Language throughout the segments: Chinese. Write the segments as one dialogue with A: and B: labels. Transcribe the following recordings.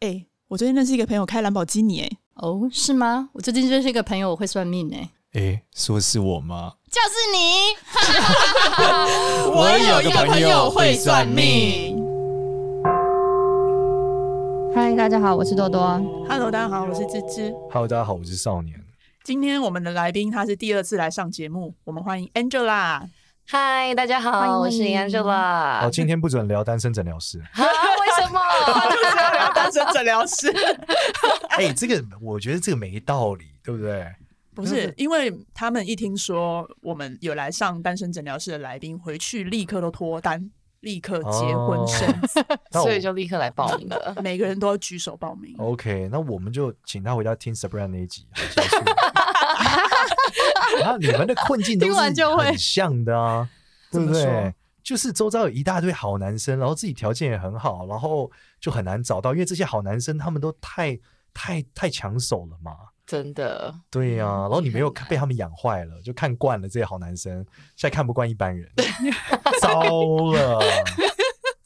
A: 哎、我最近认识一个朋友开兰博基尼、哎，
B: 哦，是吗？我最近认识一个朋友，我会算命哎、
C: 诶，说是我吗？
B: 就是你。
C: 我有一个朋友会算命。
B: 嗨，大家好，我是多多。
A: Hello，大家好，我是芝芝。
C: Hello，大家好，我是少年。
A: 今天我们的来宾他是第二次来上节目，我们欢迎 Angela。
D: 嗨，大家
B: 欢迎
D: 好，我是 Angela。啊
C: 好，今天不准聊单身诊疗 室。
D: 为什么？
A: 就是要聊单身诊疗师，
C: 哎、这个我觉得这个没道理，对不对？
A: 不是因为他们一听说我们有来上单身诊疗室的来宾，回去立刻都脱单，立刻结
C: 哦
A: 婚生子，
C: 那我
D: 所以就立刻来报 名了。
A: 每个人都要举手报名。
C: OK，那我们就请他回家听 Sabrina 那一集。 好结束然后你们的困境都
B: 听完
C: 是
B: 就会
C: 很像的啊，对
A: 怎么
C: 不对
A: 说？
C: 就是周遭有一大堆好男生，然后自己条件也很好，然后就很难找到，因为这些好男生他们都太太太抢手了嘛。
D: 真的，
C: 对呀、
D: 嗯
C: 然后你没有
D: 很
C: 看被他们养坏了，就看惯了这些好男生，现在看不惯一般人，糟了，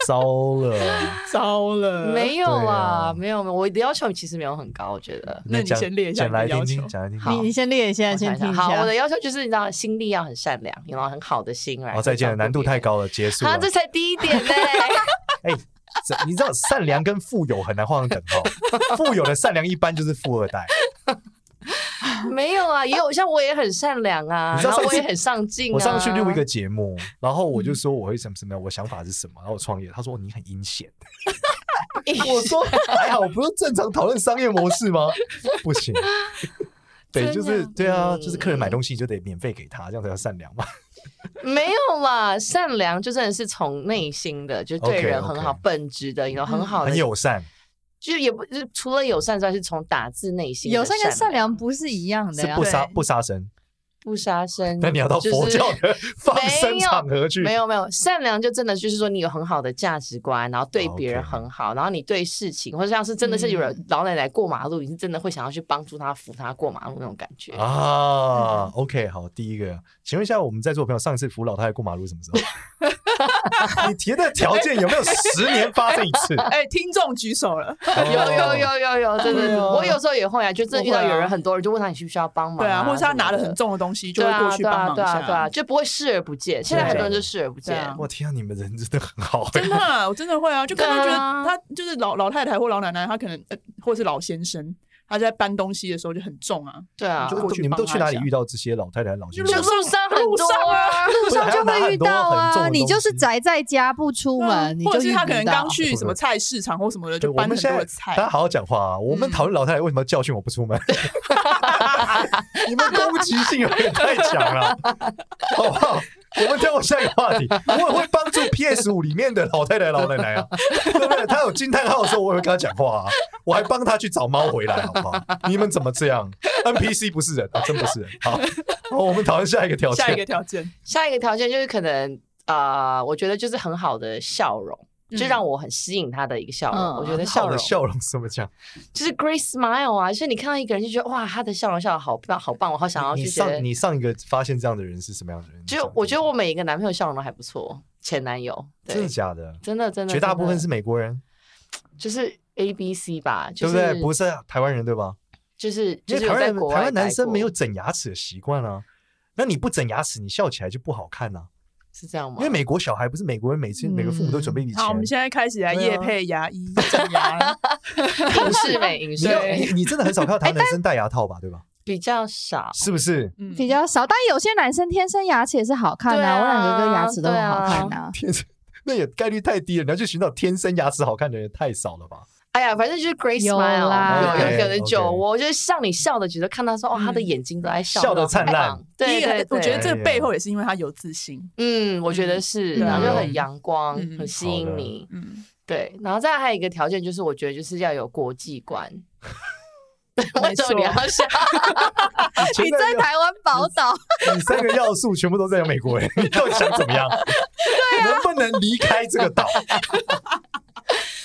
C: 糟 了！
A: 糟了
D: 没有
C: 呃对
D: 啦
C: 啊，
D: 没有，没有，我的要求其实没有很高，我觉得。
A: 那你
C: 讲
A: 先列一下
C: 讲
A: 你的
C: 来
A: 要
C: 听听，
A: 求
C: 讲来听
D: 好
C: 听。
B: 你先列一下，
D: 我
B: 先
D: 想
B: 听
D: 想
B: 一下。
D: 好，我的要求就是你知道，心地要很善良，有很好的心来。
C: 好，哦再见了，难度太。高了，结束
D: 啊，
C: 了。
D: 这才第一点 呢。
C: 哎、这你知道善良跟富有很难画上等 号，富有的善良一般就是富二代。
D: 没有啊，也有像我也很善良啊，
C: 你知道
D: 然后
C: 上
D: 我
C: 次
D: 也很上进啊。嗯
C: 我上次去录一个节目，然后我就说我会什么什么样，我想法是什么，然后我创业。他说你很阴险，我说还好，不是正常讨论商业模式吗？不 行。对，
D: 真的
C: 就是对啊，
D: 嗯
C: 就是客人买东西就得免费给他，这样才叫善良嘛。
D: 没有啦，善良就真的是从内心的，就是对
C: OK，
D: 人很好
C: OK
D: 本质的，你知道，很好的
C: 很友善，
D: 就也不就是除了友善之外，是从打自内心的
B: 友善跟善
D: 善
B: 良不是一样的
C: 是
B: 呀、
C: 不杀
A: 对
C: 不杀生。
D: 不杀生。
C: 那你要到佛教
D: 嗯就是
C: 的 放生场合
A: 嗯
C: 去，
D: 没有没有，善良就真的就是说你有很好的价值观，然后对别人
C: OK
A: 哦
D: 很好，然后你对事情或者像是真的是
A: 嗯
D: 有人老奶奶过马路，你是真的会想要去帮助她扶她过马路那种感觉。
A: 哦
C: 啊？OK，好，第一个，请问一下我们在座的朋友，上一次扶老太太过马路什么时候？ 你提的条件有没有十年发生一次？
A: 哎、听众举手了，
D: 有
C: 哦
D: 有有有有，真
C: 对
D: 的，
C: 啊
D: 我有时候也会啊，就真的遇到
A: 哦我会啊
D: 有人很多人就问他你需不需要帮忙，
A: 对啊，或者是他
D: 什么
A: 拿了
D: 的
A: 很重的东西，就
D: 对
A: 会
D: 啊，
A: 过去
D: 对啊
A: 帮忙一
D: 对啊
A: 下。
D: 对啊，就不会视而不见。现在很多人就视而不见
A: 对。啊
C: 我天啊，你们人真的很好、欸
A: 真，的啊，我真的 会啊，就看到觉
D: 对
A: 得
D: 啊
A: 他就是老老太太或老奶奶，她可能呃，或是老先生，他在搬东西的时候就很重啊，
D: 对啊，
C: 就
A: 过去
C: 你们都去
A: 帮
C: 哪
A: 他一
C: 里
A: 下
C: 遇到这些老太太、老先
D: 就
C: 生？
D: 路上很
A: 路
D: 多
A: 上
D: 啊，
B: 路上就会遇到
C: 不然还要拿很多
B: 啊，
C: 很重的东西
B: 你就是宅在家不出
A: 对啊
B: 门，你
A: 或
B: 就
A: 者是
B: 遇
A: 他
B: 不
A: 可能
B: 到
A: 刚去什么菜市场或什么的，就
C: 对我
A: 搬
C: 们
A: 很
C: 现
A: 多
C: 在
A: 的菜
C: 大。家好好讲话啊！我们讨论老太太为什么要教训我 不出门，你们攻击性有点太强了，好不好？我们跳过下一个话题。我也会帮助 PS 五里面的老太太、老奶奶啊，对不对？她有惊叹号的时候，我也会跟她讲话啊，我还帮她去找猫回来，好不好？你们怎么这样？NPC 不是人啊，真不是人。好， 好我们讨论下一个条 件。
A: 下一个条件，
D: 下一个条件就是可能啊、呃我觉得就是很好的笑容，
A: 嗯
D: 就让我很吸引他的一个笑容。
B: 嗯
D: 我觉得
C: 很好
D: 笑
C: 的
D: 容
C: 笑容是怎么讲？
D: 就是 great smile 啊，就是你看到一个人就觉得哇，他的笑容笑的好棒，好棒，我好想要
C: 你
D: 去
C: 你
D: 学。
C: 上你上一个发现这样的人是什么样的人？
D: 就我觉得我每一个男朋友笑容都还不错，前男友对
C: 真的假的？
D: 真的真的
C: 绝大部分是
D: 真的
C: 美国人，
D: 就是 A B C 吧，就
C: 对
D: 是
C: 不对？不是台湾人对吧？
D: 就是
C: 因
D: 就
C: 为台
D: 是有
C: 湾
D: 在
C: 人
D: 国
C: 台
D: 外
C: 湾男
D: 待
C: 生
D: 过
C: 没有整牙齿的习惯啊。那你不整牙齿，你笑起来就不好看呐、
D: 是这样吗？
C: 因为美国小孩不是美国人，每次
B: 嗯
C: 每个父母都准备一笔钱
A: 好，我。们现在开始来
C: 对啊
A: 夜配牙医整 牙，
D: 影 视美影
C: 你
D: 视
C: 要
D: 美
C: 你你真的很 少看到
D: 哎
C: 台湾男生戴牙套吧？对吧？
D: 比较少。
C: 是不是？
A: 嗯
B: 比较少，但有些男生天生牙齿也是好看
D: 对
B: 啊，
D: 啊
B: 我两个哥牙齿都很好看
D: 对
B: 啊。
C: 天生那也概率太低了。你要去寻找天生牙齿好看的人太少了吧？
D: 哎呀，反正就是 Grace
B: 有
D: Smile
B: 啦
D: 有
C: OK，
D: 有可能
C: OK
D: 酒窝，就是像你笑的，觉得看到说，哇，
A: 嗯
D: 他的眼睛都在笑，
C: 笑得灿烂
D: 然后很棒对
A: 第一
D: 对，
A: 我觉得
D: 对
A: 这个背后也是因为他有自信，
D: 嗯，我觉得是，
A: 嗯
D: 然后就很阳光
A: 嗯，
D: 很吸引你，
A: 嗯，
D: 对。然后再还有一个条件就是，我觉得就是要有国际 观。
A: 没
D: 为什
A: 错
D: 么你要笑？
C: 你
B: 你在台湾宝 岛，
C: 你三个要素全部都在美国人， 你到底想怎么 样？
D: 啊
C: 能不能离开这个岛？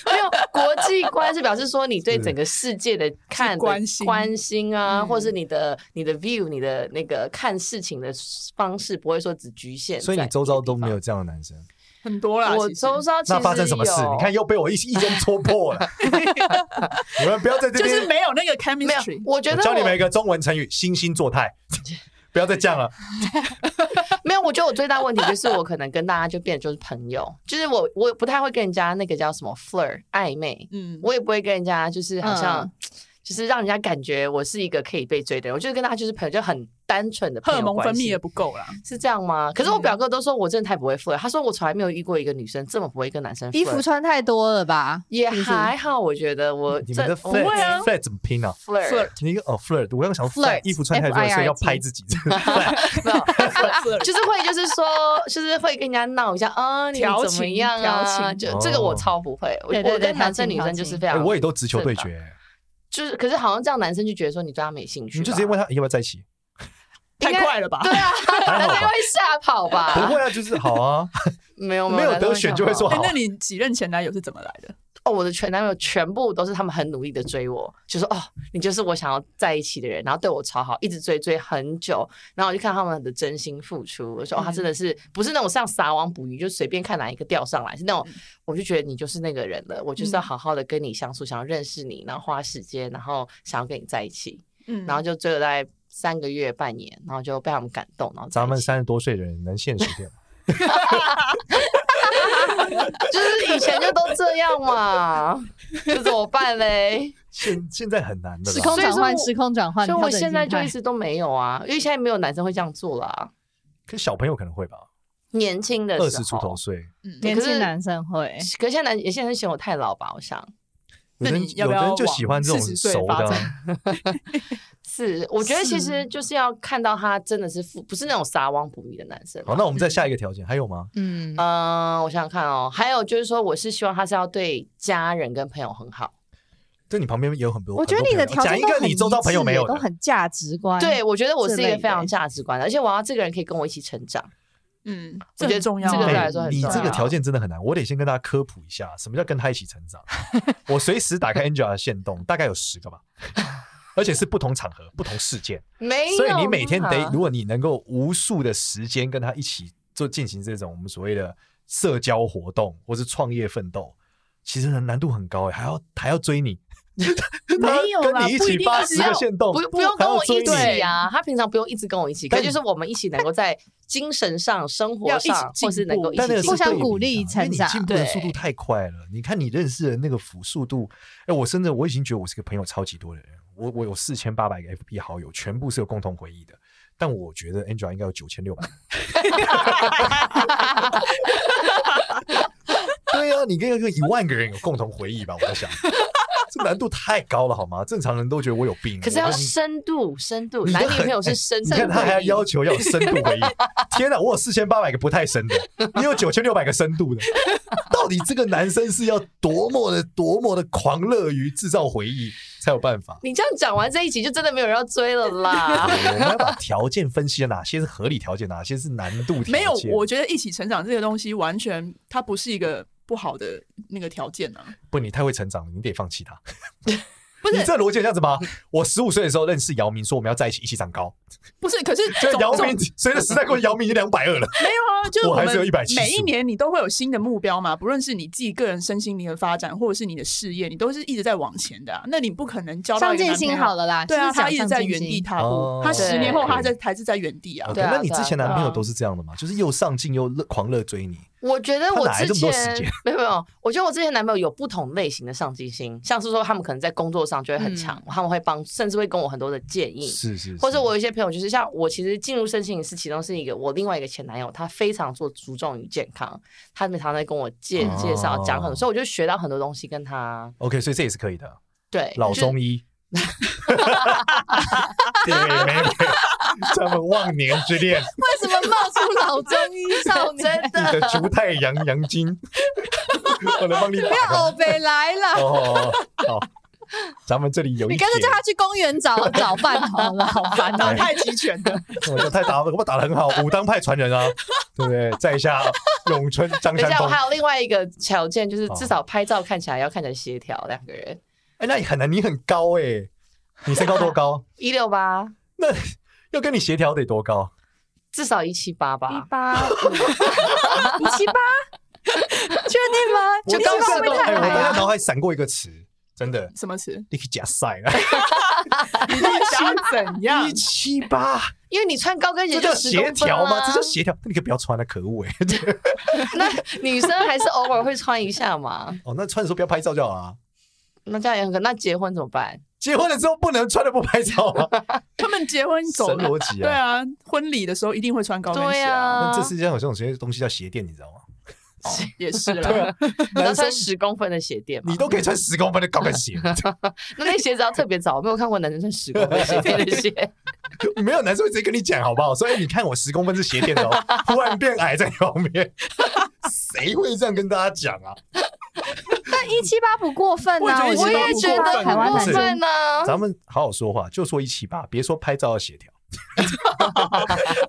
D: 没有国际观是表示说你对整个世界的看的
A: 关心
D: 关心啊，
A: 嗯
D: 或是你的你的 view，你的那个看事情的方式，不会说只局限在一个地方。
C: 所以你周遭都没有这样的男生，
A: 很多啦。
D: 我
A: 其实
D: 周遭啊其实
C: 那发生什么事？
D: 有
C: 你看又被我一一针戳破了。你们不要在这
A: 就是
C: 边，
A: 没有那个
D: 没有
A: chemistry，？
D: 我觉
C: 我
D: 得
C: 教你们一
D: 我
C: 个中文成语“惺惺作态”， 不要再这样了。
D: 没有，我觉得我最大问题就是我可能跟大家就变成就是朋友，就是我我不太会跟人家那个叫什么 flirt 暧昧，
A: 嗯，
D: 我也不会跟人家就是好像、
B: 嗯
D: 就是让人家感觉我是一个可以被追的人，我就是跟他就是朋友，就很单纯的
A: 荷
D: 朋
A: 尔
D: 友
A: 蒙
D: 关
A: 分
D: 系
A: 泌也不够啦。
D: 是这样吗？可是我
A: 嗯
D: 表哥都说我真的太不会 flirt，、他说我从来没有遇过一个女生这么不会跟男生 flirt，
B: 衣服穿太多了吧？
D: 也
B: 是不是
D: 还好，我觉得我
C: 你们的
D: 我会啊
C: flirt flirt 怎么拼啊？
D: flirt，
C: 你一个哦 flirt，我刚刚想
B: flirt，
C: 衣服穿太多了，所以要拍自己。
D: 没有 flirt，
A: Flirt
D: 就是会就是说就是会跟人家闹一下，啊，你
A: 调
D: 怎
A: 情
D: 么样
A: 调
D: 啊？
A: 情
D: 就
C: 哦
D: 这个我超不会，我
B: 对对
D: 我
B: 对
D: 跟男生
B: 调情
D: 女生就是非
C: 哎
D: 常，
C: 我也都直球对决，
D: 就是可是好像这样男生就觉得说你对他没兴趣吧，
C: 你就直接问他要不要在一起，
A: 太
D: 应该
A: 快了吧？
D: 对啊，
C: 还好
D: 男
C: 吧
D: 生会吓跑吧？
C: 不会啊，就是 好啊，
D: 没有，
C: 没有
D: 男生
C: 得选就会
D: 吓
C: 说
D: 跑
C: 好
A: 哎，那你几任前男友是怎么来的？
D: 哦，我的全男友全部都是他们很努力的追我，就说哦，你就是我想要在一起的人，然后对我超好，一直追追很久，然后我就看他们的真心付出，我说哦，他真的是不是那种像撒网捕鱼就随便看哪一个钓上来，是那种我就觉得你就是那个人了，我就是要好好的跟你相处，想要认识你，然后花时间，然后想要跟你在一起，
A: 嗯
D: 然后就追了大概三个月半年，然后就被他们感动，然后在一
C: 咱们
D: 起
C: 三十多岁的人能现实点吗？
D: 就是以前就都这样嘛， 这怎么办嘞？
C: 现现在很难的
B: 时
C: 啦。
B: 空
D: 所以
B: 转
D: 说
B: 换，
D: 我
B: 时空转换。
D: 所以
B: 调
D: 我
B: 整
D: 现在
B: 心
D: 就
B: 态
D: 一直都没有啊，因为现在没有男生会这样做啦。
C: 可是小朋友可能会吧，
D: 年轻的时候
C: 二十出头，岁，
A: 嗯
D: 对
B: 年
D: 可
B: 轻
D: 是
B: 男生会，
D: 可是现在男也现在嫌我太老吧？我想
A: 那
C: 有
A: 你
C: 人
A: 要
C: 有
A: 不要
C: 人就喜欢这种
A: 往40岁
C: 熟的
A: 发
C: 啊
A: 展。
D: 是，我觉得其实
A: 是
D: 就是要看到他真的是不不是那种撒网捕鱼的男生。啊
C: 好，那我们再下一个条件还有吗？
B: 嗯，
D: 嗯，我想想看哦，还有就是说，我是希望他是要对家人跟朋友很好。
C: 就你旁边有很多，
B: 我觉得你的
C: 很多
B: 条
C: 朋友
B: 件
C: 讲一个你周遭朋友没有
B: 都
C: 的，
B: 很价值观，
D: 对，我觉得我是一
B: 这
D: 个
B: 类的
D: 非常价值哎观的，而欸且我要这个人可以跟我一起成长。
A: 嗯，
D: 我觉得
A: 很重要啊。
D: 这个对
C: 哎
D: 我来说很
C: 你
D: 重
C: 这个
D: 要
C: 条件真的很难，我得先跟大家科普一下，什么叫跟他一起成长。我随时打开 Angela 的线动，大概有十个吧， 而且是不同场合、不同事件，
D: 没有，啊
C: 所以你每天得，如果你能够无数的时间跟他一起做进行这种我们所谓的社交活动或是创业奋斗，其实难度很高哎，还要还要追你，
A: 没有啦
C: 跟你一
A: 不一
C: 起
A: 定
C: 发
A: 一直
C: 十个
A: 要
C: 线动，
D: 不不用
C: 还
D: 跟
C: 要
D: 我一
C: 追你
D: 起啊，他平常不用一直跟我一起，可
C: 但
D: 是就是我们一起能够在精神上、生活
A: 要一起
D: 上，
A: 进
D: 或是能够一
C: 但那个
D: 起
C: 是
D: 进
B: 互
D: 步。
B: 相
C: 对比的
B: 鼓励成长
C: 因为你进步的
D: 对
C: 速度太快了。你看你认识的那个幅速度，哎，我甚至我已经觉得我是个朋友超级多的人，我我有四千八百个 FB 好友，全部是有共同回忆的。但我觉得 Angela 应该有九千六百。 对啊，你跟一个一万个人有共同回忆吧？我在想，这难度太高了好吗？正常人都觉得我有病。
D: 可是要
C: 我已经
D: 深度，深度，
C: 嗯你
D: 男
C: 的
D: 女朋友是深
C: 你
D: 度。
C: 看他还要要求要有深度 回忆，
A: 啊
C: 天哪！我有四千八百个不太深的，你有九千六百个深度的，到底这个男生是要多么的多么的狂热于制造回忆才有办法？
D: 你这样讲完这一集，就真的没有人要追了
A: 啊
D: 啦。
C: 我们要把条件分析了，哪些是合理条件，哪些是难度条件？
A: 没有，我觉得一起成长这个东西，完全它不是一个不好的那个条件啊。
C: 不，你太会成长了，你得放弃他。
A: 不
C: 你
A: 是
C: 这逻辑这样子吗？我十五岁的时候认识姚明，说我们要在一起，一起长高。
A: 不是，可是
C: 就
A: 总
C: 姚
A: 总
C: 明随着时代过去，姚明已经两百二
A: 没
C: 了。
A: 有啊，就是
C: 我还
A: 们
C: 是有170
A: 每一年你都会有新的目标嘛，不论是你自己个人身心灵的发展，或者是你的事业，你都是一直在往前的啊。那你不可能交到
B: 上
A: 一个
B: 进
A: 男朋
B: 心
A: 友
B: 好。了啦，
A: 对啊，
B: 就是讲
A: 他一直在
B: 上进
A: 原
B: 心
A: 地踏
C: 哦
A: 步，他十年后
D: 对
A: 他还在还是在原地啊
C: OK，。
D: 对啊
C: 那你之前
D: 对啊
C: 男朋友都是这样的吗？就是又上进又热狂热追你？
D: 我觉得
C: 他
D: 我
C: 哪来这
D: 之
C: 么多时
D: 前
C: 间
D: 没有没有，我觉得我之前男朋友有不同类型的上进心，像是说他们可能在工作上就会很强，他们会帮，甚至会跟我很多的建议。
C: 是是，
D: 或者我有一些朋友，就是像我，其实进入身心灵是其中是一个我另外一个前男友，他非常做注重于健康，他们常在跟我介
C: 哦
D: 介绍讲很多，所以我就学到很多东西跟他
C: OK，所以这也是可以的。
D: 对
C: 老
D: 就是
C: 中 医，对， 没有，他们忘年之 恋，
B: 为什么冒出老中医 少 年？
D: 真
C: 你
D: 的
C: 的足太阳阳经，我能帮你
B: 不要
C: 打
B: 欧北来
C: 开。
B: 了，
C: 哦，好，咱们这里有一
B: 你干脆叫他去公园找找饭好了，好烦
A: 打太极拳的，
C: 他，我太打，我打的很好，武当派传人啊，对不对？在下咏春张
D: 等
C: 三
D: 一下，我
C: 丰，
D: 还有另外一个条件，就是
C: 哦
D: 至少拍照看起来要看起来协调，两个人
C: 哎，那你很难，你很高哎，你身高多 高？
D: 一六八，
C: 那要跟你协调得多高？
D: 至少一七八吧。
B: 八一七八，吗？
C: 我
B: 你
C: 当
B: 会
C: 时
B: 不
C: 都，
B: 会
C: 哎，
B: 太
C: 我
B: 矮
C: 刚
B: 啊
C: 刚脑海闪过一个词，真的，
A: 什么词？
C: 你可以假赛 了，
A: 你到底想怎样
C: 一？七八，
D: 因为你穿高跟鞋
C: 这
D: 就
C: 叫
D: 10
C: 协
D: 公分
C: 调吗？
D: 啦
C: 这叫协调，那你可以不要穿了，可恶哎！
D: 那 女生还是偶尔会穿一下嘛。
C: 哦，那穿的时候不要拍照就好 啊。
D: 那这样也很可，那结婚怎么办？
C: 结婚了之后不能穿的不拍照吗？
A: 他们结婚
C: 神
A: 走了，
C: 逻 辑
A: 对
C: 啊！
A: 啊，婚礼的时候一定会穿高跟
D: 对
A: 鞋
D: 啊
A: 啊，
C: 那这 世界上有这种些东西叫鞋垫，你知道吗？
A: 也是
C: 对
A: 啦。
C: 啊，
D: 你要
C: 男生
D: 穿十公分的鞋垫嘛
C: 你？都可以穿十公分的高跟 鞋，
D: 那那鞋子要特别早，我没有看过男生穿十公分鞋垫的 鞋。
C: 没有男生会直接跟你讲好不好？说哎，你看我十公分是鞋垫的哦， 忽然变矮在旁边，谁会这样跟大家讲啊？
B: 但一七八不过分啊呐，
A: 我
D: 我
A: 觉
D: 也
A: 得
D: 觉得
B: 台湾
D: 不过
B: 男
C: 是
B: 生
D: 分啊。
C: 咱们好好说话，就说一七八，别说拍照要协调。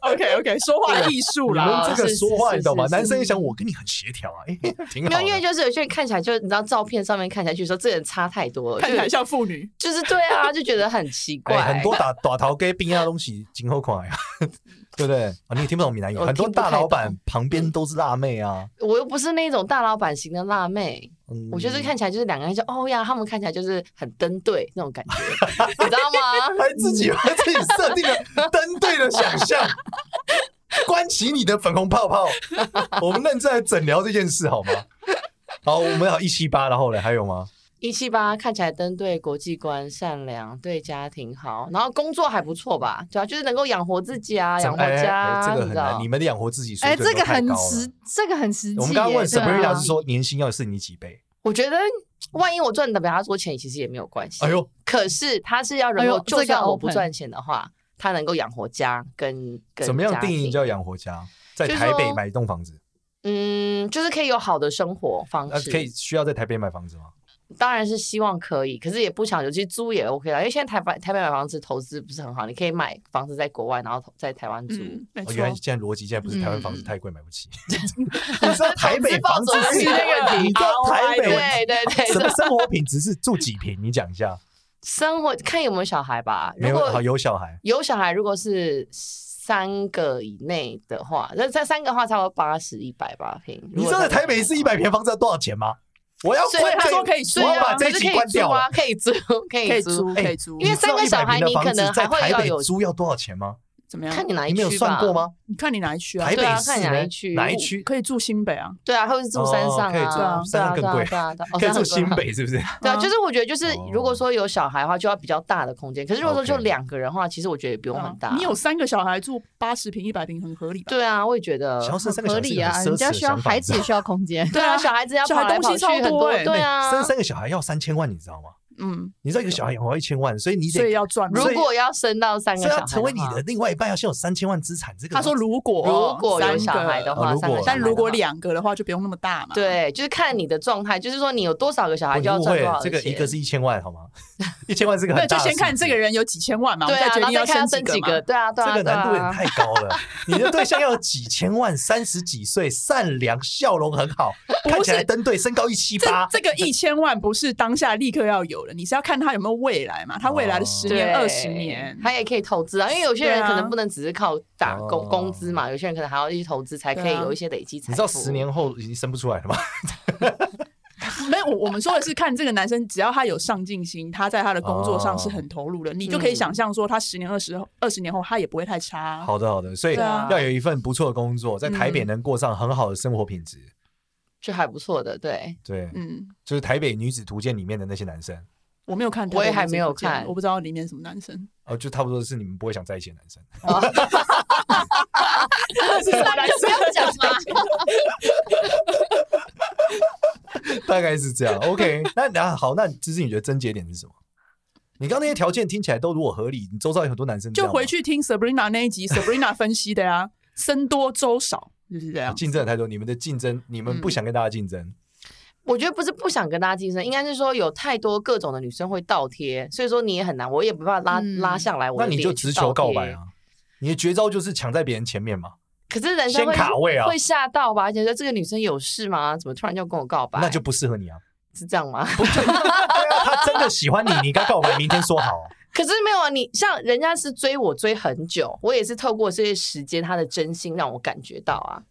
A: OK OK，说话艺术
C: 你
A: 啦，
C: 们这个
D: 哦是
C: 说话
D: 是
C: 你懂吗？
D: 是是
C: 男生也想我跟你很协调啊，哎，挺好
D: 没有，
C: 的。
D: 因为就是有些人看起来就你知道照片上面看起来就说这人差太多了，
A: 看起来
D: 就
A: 像妇女。
D: 就是对啊，就觉得很奇怪。
C: 哎，很多打 打头给冰啊东西，今后款呀， 对不对？啊，你也听不懂闽南语，
D: 我
C: 很多
D: 听不
C: 大
D: 太
C: 老
D: 懂
C: 板旁边都是辣妹啊。
D: 我又不是那种大老板型的辣妹，
C: 嗯
D: 我就是看起来就是两个人就哦呀，他们看起来就是很登对那种感觉，你知道吗？
C: 还哎自己还自己设定了 登对的想象， 关起你的粉红泡 泡。我们认真来诊疗这件事好吗？好，我们要一七八，然后嘞还有吗？
D: 一七八看起来登对，国际观善良，对家庭好，然后工作还不错吧？对啊，就是能够养活自己啊，养活
C: 哎哎
D: 家
C: 哎
D: 啊，
C: 这个
D: 你
C: 很
D: 知
C: 难，
D: 道
C: 你。们的养活自己水
B: 哎，
C: 准
B: 这
C: 都
B: 个
C: 太
B: 很
C: 高了
B: 实，这个很实际耶。
C: 我们刚刚问
B: 对啊
C: Sabrina 是说年薪要是你几倍？
D: 我觉得万一我赚的比他多钱，其实也没有关系。
C: 哎呦，
D: 可是他是要能
B: 哎
D: 够，
B: 呦这
D: 就
B: 个
D: 算我不
B: open
D: 赚钱的话，他能够养活家跟跟
C: 怎么样
D: 家
C: 定义
D: 庭
C: 叫养活家？在
D: 就是
C: 台北
D: 说
C: 买一栋房子，
D: 嗯，就是可以有好的生活方
C: 那
D: 式，
C: 呃可以需要在台北买房子吗？
D: 当然是希望可以，可是也不强求，其实租也 OK 啦。因为现在台湾台北买房子投资不是很好，你可以买房子在国外，然后投在台湾租。
A: 嗯，没
C: 哦，
A: 错
C: 原。来现在逻辑现在不是台湾房子
D: 嗯
C: 太贵买不 起，你知道台北房子是
D: 投资报酬率的问题
C: 你知道台北
D: 对对对，
C: 什么
D: 对
C: 生活品质是住几平？你讲一 下。
D: 生活看有没有小孩吧。
C: 没
D: 如
C: 有好
D: 果
C: 有小孩，
D: 有小孩，如果是三个以内的话，那在三个的话差不多八十一百吧平。
C: 你知道在台北市一百
D: 平，
C: 平房子要多少钱吗？我要
D: 所以
C: 关
D: 他
A: 说可以
D: 所
A: 租
D: 以
C: 我要
D: 啊
C: 把这一
D: 可是
C: 集
D: 可以
C: 关掉哎
D: 租啊，可以租，可
A: 可
D: 以
A: 以
D: 租哎
A: 租，。可以租，
D: 因为三个小孩
C: 你知道
D: 你可能
C: 100平的房子在
D: 还会
C: 台
D: 要
C: 北
D: 有
C: 租要多少钱吗？
A: 怎么样？
D: 看你哪一
C: 你
D: 区
C: 们
D: 吧。
C: 有算过吗？
A: 你看你哪一区啊
C: 台？
D: 对啊
C: 北市
D: 看哪
C: 呢
D: 一区
C: 哪一区？
A: 可以住新北啊，
D: 对啊，他会住山上
C: 哦可以
D: 啊，
C: 住
D: 对
C: 山上
D: 啊，对
C: 更
D: 啊，
C: 贵
D: 对啊，对啊 哦
C: 可以
D: 山上
C: 住
D: 更
C: 新
D: 贵
C: 北是不是？
D: 对啊，
A: 嗯
D: 就是我觉得就是
C: 哦
D: 如果说有小孩的话，就要比较大的空间。可是如果说
C: OK
D: 就两个人的话，其实我觉得也不用很大。
A: 啊哦你有三个小孩住八十平、一百平，很合理吧？
D: 对啊，我也觉得
C: 想要生三个
B: 合
C: 小孩是
B: 理
C: 一个
B: 啊，
C: 很奢
B: 人家
C: 侈的
B: 需要
C: 想法，
B: 孩
C: 你知
B: 子也
C: 道吗
B: 需要空间。
D: 对啊，小孩子要
A: 小孩
D: 跑来
A: 东
D: 跑
A: 西
D: 去
A: 超
D: 很
A: 多欸
D: 对
C: 哎
D: 啊。
C: 生三个小孩要三千万，你知道吗？
A: 嗯，
C: 你知道一个小孩养活一千万，所以你
A: 所以
C: 得
A: 要赚嘛。
D: 如
C: 所以
D: 果要生到三个
C: 所以
D: 小孩
C: 要
D: 话，
C: 成为你的另外一半，要先有三千万资产。这个
A: 他说如果
D: 如果有
A: 三
D: 小孩的
A: 个，
D: 话，
C: 哦哦如果
D: 三个小孩的话
A: 但如果两个的话就不用那么大嘛。，
D: 对，就是看你的状态，就是说你有多少个小
C: 哦
D: 孩
C: 你
D: 就要
C: 误
D: 赚
C: 会
D: 多
C: 了
D: 少
C: 这个一
D: 钱
C: 个是一千万，好吗？ 一千万是个
A: 那
C: 很
A: 就
C: 大的
A: 先看
C: 数字
A: 这个人有几千万嘛，我
D: 对
A: 们再
D: 啊，
A: 决
D: 然
A: 定
D: 后再看要
A: 生
D: 生
A: 几
D: 几
A: 个嘛
D: 个，。对啊，对
C: 这
D: 啊，
C: 个
D: 对
C: 难度也
D: 啊。
C: 太高了。 你的对象要有几千万，三十几岁，善良，笑容很 好，看起来登对，身高一七八
A: 这。这个一千万不是当下立刻要有的，你是要看他有没有未来
C: 哦
A: 嘛？他未来的十年、
D: 对
A: 二十年，
D: 他也可以投资啊，因为有些人
A: 对啊
D: 可能不能只是靠打工、
C: 哦
D: 工资嘛，有些人可能还要去投资才可以
A: 对啊
D: 有一些累积财富。
C: 你知道十年后已经生不出来了吗？
A: 没有，我我们说的是看这个男生，只要他有上进心，他在他的工作上是很投入的，
C: 嗯
A: 你就可以想象说，他十年、二十后、二十年后，他也不会太差。
C: 好的，好的，所以
A: 对啊嗯
C: 要有一份不错的工作，在台北能过上很好的生活品质。
D: 就还不错的，对。
C: 对，
A: 嗯，
C: 就是《台北女子图鉴》里面的那些男生，
A: 我没有看，
D: 我也还没有看
A: 我不知道里面什么男生，
C: 哦，就差不多是你们不会想在一起的男生。
A: 是什么男生？
B: 讲嘛，
C: 大概是这样。OK，那那好，那芝芝，你觉得症结点是什么？你刚刚那些条件听起来都如果合理，你周遭有很多男生这
A: 就
C: 样吗
A: 回去听 Sabrina 那一 集，Sabrina 分析的呀，僧多粥少就是这样。
C: 竞争的太多，你们的竞争，你们不想跟大家竞争，
D: 我觉得不是不想跟大家竞争，应该是说有太多各种的女生会倒贴，所以说你也很难，我也没办法拉、
B: 嗯
D: 拉上来我
C: 那
D: 的
C: 你
D: 脸
C: 就
D: 去
C: 直
D: 倒
C: 球
D: 贴
C: 告白！啊！你的绝招就是抢在别人前面嘛，
D: 可是人家
C: 先
D: 会
C: 卡位啊，
D: 会吓到吧？而且说这个女生有事吗？怎么突然就跟我告白？
C: 那就不适合你啊。
D: 是这样吗？
C: 对啊，他真的喜欢你，你该告白，明天说好。
D: 可是没有啊，你像人家是追我追很久，我也是透过这些时间，他的真心让我感觉到啊。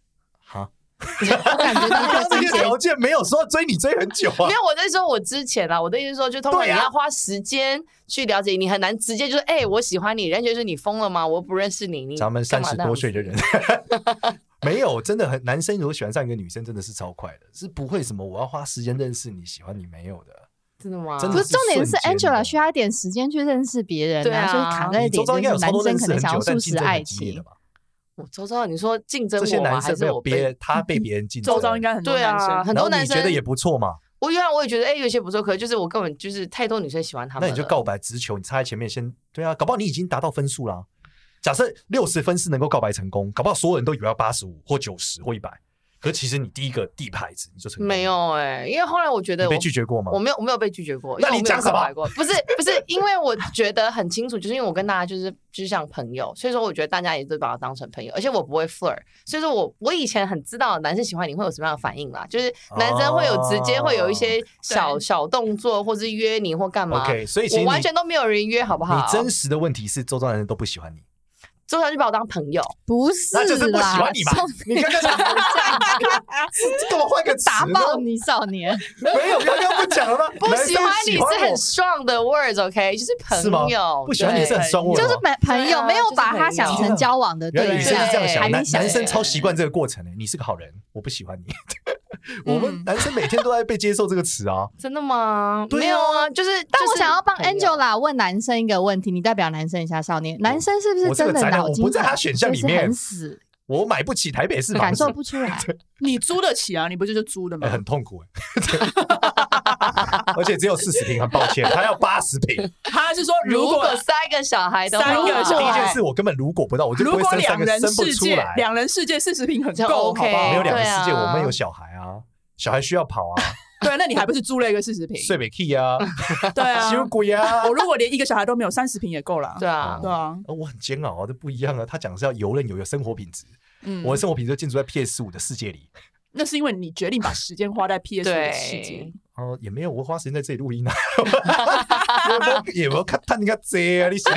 C: 哈，
B: 我感觉到
C: 你刚刚
B: 这
C: 那
B: 个
C: 些
B: 境界
C: 条件没有说追你追很久啊
D: 没。有，我在说我之前啦，我的意思是说，就通常
C: 对
D: 你
C: 啊
D: 要花时间去了解，你很难直接就是，哎、我喜欢你，人家觉得你疯了吗？我不认识你，你
C: 咱们三
D: 干嘛
C: 十
D: 那样
C: 多岁
D: 子
C: 的人， 没有，真的很男生如果喜欢上一个女生，真的是超快的，是不会什么我要花时间认识你，喜欢你没有的。
D: 真的吗？
C: 真的
B: 不是重点是
C: 瞬间的
B: Angela 需要一点时间去认识别人
D: 对啊
B: 所以卡在
C: 你
B: 一点就
C: 周遭
B: 是
C: 应该有超
B: 男
C: 多
B: 生
C: 认
B: 可
C: 识
B: 能
C: 很
B: 想要
C: 久，
B: 速
C: 但竞
B: 食
C: 争
B: 爱
C: 很激烈
B: 情
C: 的，吧？
D: 我周遭你说竞争
C: 这些
D: 我吗？
C: 男
D: 还
C: 生
D: 是
C: 没有
D: 我
C: 别
D: 被？
C: 他被 别人竞争，
A: 周遭应该很多
D: 对
A: 男
D: 啊，
A: 生。
D: 很
C: 然
D: 多
C: 后
D: 男
C: 你
D: 生
C: 觉得也不错嘛，
D: 我原来我也觉得，哎、有些不错，可是就是我根本就是太多女生喜欢他
C: 那
D: 们
C: 你就
D: 了
C: 告白直球，你插在前面先，对啊，搞不好你已经达到分数啦。假设六十分是能够告白成功，搞不好所有人都以为要八十五或九十或一百，可其实你第一个地牌子你就成功了
D: 没，有哎、因为后来我觉
C: 你
D: 得我
C: 被拒绝过吗
D: 我？没有，我没有被拒绝过。
C: 那
D: 因为
C: 你
D: 我没有
C: 讲什么
D: 告白过？不是，不是，因为我觉得很清楚，就是因为我跟大家就是就是像朋友，所以说我觉得大家也都把我当成朋友，而且我不会 flirt，所以说我我以前很知道男生喜欢你会有什么样的反应啦，就是男生会有直接
C: 哦
D: 会有一些小、
A: 对
D: 小动作，或是约你或干嘛。
C: OK，所以其实
D: 啊我
C: 你
D: 完全都没有人约，好不好？
C: 你真实的问题是周遭的人都不喜 欢你，
D: 周常就把我当朋友，
B: 不是啦，
C: 那就是不喜欢你嘛
B: 少。
C: 你刚刚 讲干嘛换个 词
B: 打
C: 呢
B: 爆你少年，
C: 没有，刚刚不讲了吗？
D: 不
C: 男生
D: 喜欢你
C: 喜欢
D: 是很
C: 我
D: strong 的 words，OK，、就是
C: 是吗
D: 朋友，
C: 不喜欢你是很
A: 对
C: 双
A: 我
C: 位
B: 就
C: 吗，
B: 是朋朋
D: 对
B: 友
D: 啊
B: 没有把他
D: 就是
B: 想
D: 朋友
B: 成交往的
C: 原来
B: 对
C: 女生是
B: 象
C: 这样想，
B: 还
C: 男
B: 没想
C: 男生
D: 对
C: 超习惯这个过程的、欸你是个好人，我不喜欢你。我们男生每天都在被接受这个词啊，
D: 真的吗？
C: 对啊
D: 没有啊，就是，
B: 但我
D: 就是
B: 想要帮
D: 朋友
B: Angela 问男生一个问题，你代表男生一下，少年，男生是不是
C: 我这
B: 真
C: 个
B: 的
C: 宅男，
B: 脑
C: 我
B: 筋
C: 不在他选项里
B: 就是
C: 面
B: 很，死，
C: 我买不起台北市房
B: 感
C: 子
B: 受，不出来？
A: 你租得起啊？你不就是租的吗
C: 哎？很痛苦、 而且只有四十平，很抱歉，他要八十平。
A: 他是说
D: 如
A: 如果
D: 果三个小孩的话，
A: 三个
C: 第
A: 小
C: 一
A: 孩
C: 件事，我根本如果不到，我就
A: 如
C: 不会
A: 果
C: 生三
A: 两
C: 个，
A: 人
C: 生不
A: 世
C: 出
A: 界
C: 来，。
A: 两人世界四十平很
D: 就
A: 够，好
D: OK
A: 不好？
C: 没有两个世界，
D: 对啊
C: 我们有小孩啊，小孩需要跑啊，
A: 对，那你还不是租了一个四十平？
C: 睡美 key 啊，
A: 对啊，
C: 修鬼啊
A: 我。如果连一个小孩都没有，三十平也够了。
D: 对啊，
A: 对啊，
C: 呃我很煎熬啊，这不一样啊。他讲的是要游刃有余，生活品质。
A: 嗯，
C: 我的生活品质就建筑在 PS 五的世界里。
A: 那是因为你决定把时间花在 PS 的世界
D: 对。
C: 哦，也没有，我花时间在这里录音啊， 有没有有没有看探你看这啊？你想，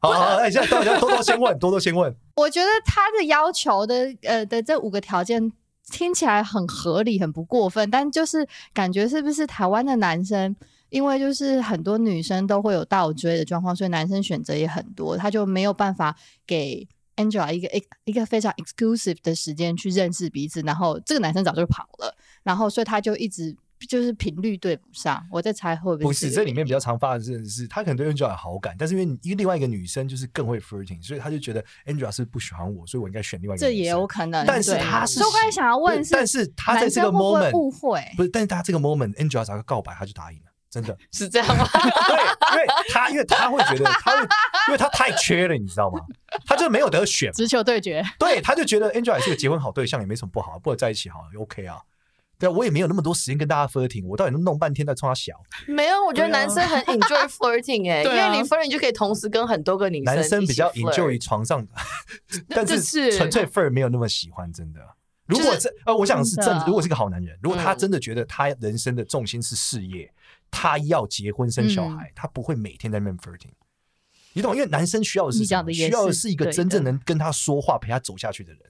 C: 好，好好那你现在等一下多多先问，多多先问，
B: 我觉得他的要求的呃的这五个条件听起来很合理，很不过分，但就是感觉是不是台湾的男生，因为就是很多女生都会有倒追的状况，所以男生选择也很多，他就没有办法给 Angela 一个一一个非常 exclusive 的时间去认识彼此，然后这个男生早就跑了，然后所以他就一直就是频率对不上，我在猜会不会
C: 不是
B: 个
C: 这里面比较常发生的是，他可能对 Angela 有好感，但是因为因为另外一个女生就是更会 flirting，所以他就觉得 Angela 是不喜欢我，所以我应该选另外一个
B: 这
C: 女生。
B: 也有可能，
C: 但是
B: 对
C: 他是
B: 所以我刚才想要问
C: 不
B: 是，
C: 但是他在
B: 男
C: 这
B: 生
C: 个
B: 会不会
C: moment
B: 误会
C: 不是，但是他这个 moment，Angela 找个告白，他就答应了，真的。
D: 是这样吗？
C: 对，因为他因为他会觉得他会，因为他太缺了，你知道吗？他就没有 得选，
B: 直球对决。
C: 对，他就觉得 Angela 也是个结婚好对象，也没什么不好，不如在一起好了，OK 啊。对啊，我也没有那么多时间跟大家 flirting，我到底弄半天在冲他小。
D: 没有，我觉得
A: 对啊
D: 男生很 enjoy flirting 哎，因
A: 对啊
D: 为你 flirting 就可以同时跟很多个女
C: 男
D: 生
C: 生
D: 一
C: 比
D: 起
C: 较
D: flirt
C: enjoy 床上的，但
A: 这是
C: 纯粹 flirt 没有那么喜 欢，真的。如果这呃，我想是
B: 真的
C: 真的，如果是个好男人，如果他
D: 嗯
C: 真的觉得他人生的重心是事业，
B: 嗯
C: 他要结婚生小孩，他不会每天在那边 flirting。你懂？因为男生需要的是
B: 你
C: 什
B: 讲的
C: 么？
B: 也
C: 需要的
B: 是
C: 是一个
B: 对
C: 真正
B: 的嗯
C: 能跟他说话、陪他走下去的人。